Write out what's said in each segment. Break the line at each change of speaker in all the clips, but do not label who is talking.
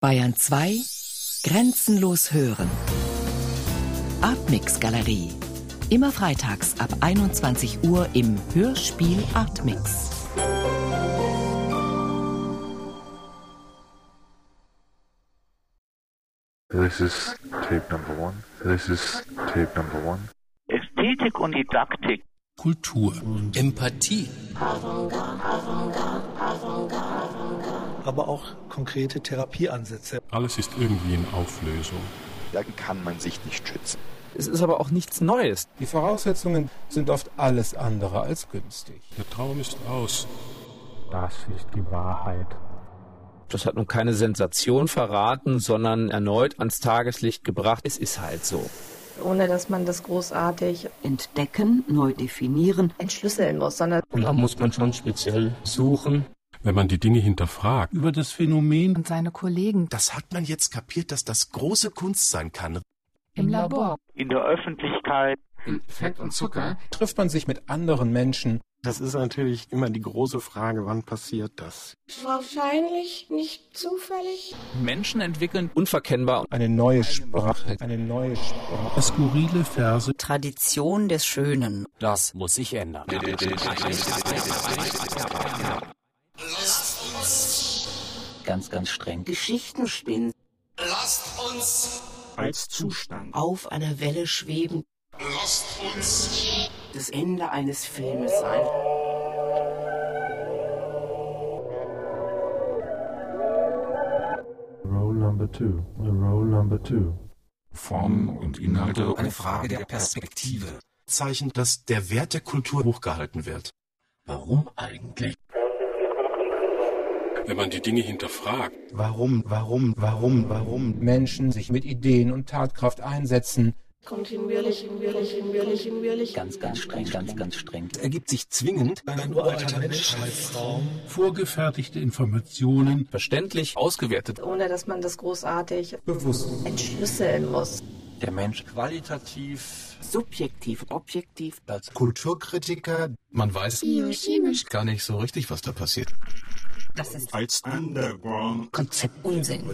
Bayern 2 Grenzenlos hören. Artmix Galerie. Immer freitags ab 21 Uhr im Hörspiel Artmix.
This is tape number one. This is tape number one.
Ästhetik und Didaktik.
Kultur, Empathie,
aber auch konkrete Therapieansätze.
Alles ist irgendwie in Auflösung.
Dagegen kann man sich nicht schützen.
Es ist aber auch nichts Neues.
Die Voraussetzungen sind oft alles andere als günstig.
Der Traum ist aus.
Das ist die Wahrheit.
Das hat nun keine Sensation verraten, sondern erneut ans Tageslicht gebracht. Es ist halt so.
ohne dass man das großartig
entdecken, neu definieren.
entschlüsseln muss, sondern
Und da muss man schon speziell suchen.
Wenn man die Dinge hinterfragt,
über das Phänomen
und seine Kollegen
Das hat man jetzt kapiert, dass das große Kunst sein kann.
im Labor.
In der Öffentlichkeit.
In Fett und Zucker.
Trifft man sich mit anderen Menschen,
Das ist natürlich immer die große Frage, wann passiert das?
Wahrscheinlich nicht zufällig.
Menschen entwickeln unverkennbar
eine neue Sprache, eine neue Sprache.
skurrile Verse
Tradition des Schönen.
Das muss sich ändern.
Ganz, ganz streng.
Geschichten spinnen.
Als Zustand.
Auf einer Welle schweben. Lasst uns das Ende eines Filmes sein.
Roll number two. Roll number two.
Formen und Inhalte. Eine Frage der Perspektive.
Zeichen, dass der Wert der Kultur hochgehalten wird.
Warum eigentlich?
wenn man die Dinge hinterfragt,
Warum, warum, warum, warum?
Menschen sich mit Ideen und Tatkraft einsetzen.
Kontinuierlich, kontinuierlich, kontinuierlich, kontinuierlich.
Ganz, ganz streng, ganz, ganz streng.
Ergibt sich zwingend
Ein uralter Menschheitsraum.
vorgefertigte Informationen
Verständlich ausgewertet.
ohne dass man das großartig
Bewusst.
entschlüsseln muss.
Der Mensch qualitativ
Subjektiv, objektiv.
als
Kulturkritiker, man weiß gar nicht so richtig, was da passiert.
Das ist
als Underground
Konzept Unsinn.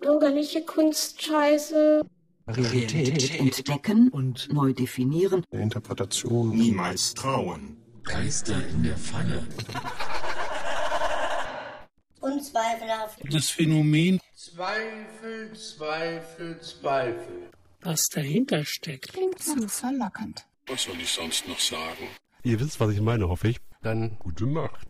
Bürgerliche Kunstscheiße.
Realität
Entdecken
Und
neu definieren.
Interpretation.
niemals trauen. Geister in der Falle.
Unzweifelhaft.
das Phänomen
Zweifel, Zweifel, Zweifel.
Was dahinter steckt. Klingt zu verlockend.
was soll ich sonst noch sagen?
Ihr wisst, was ich meine, hoffe ich. Dann gute Nacht.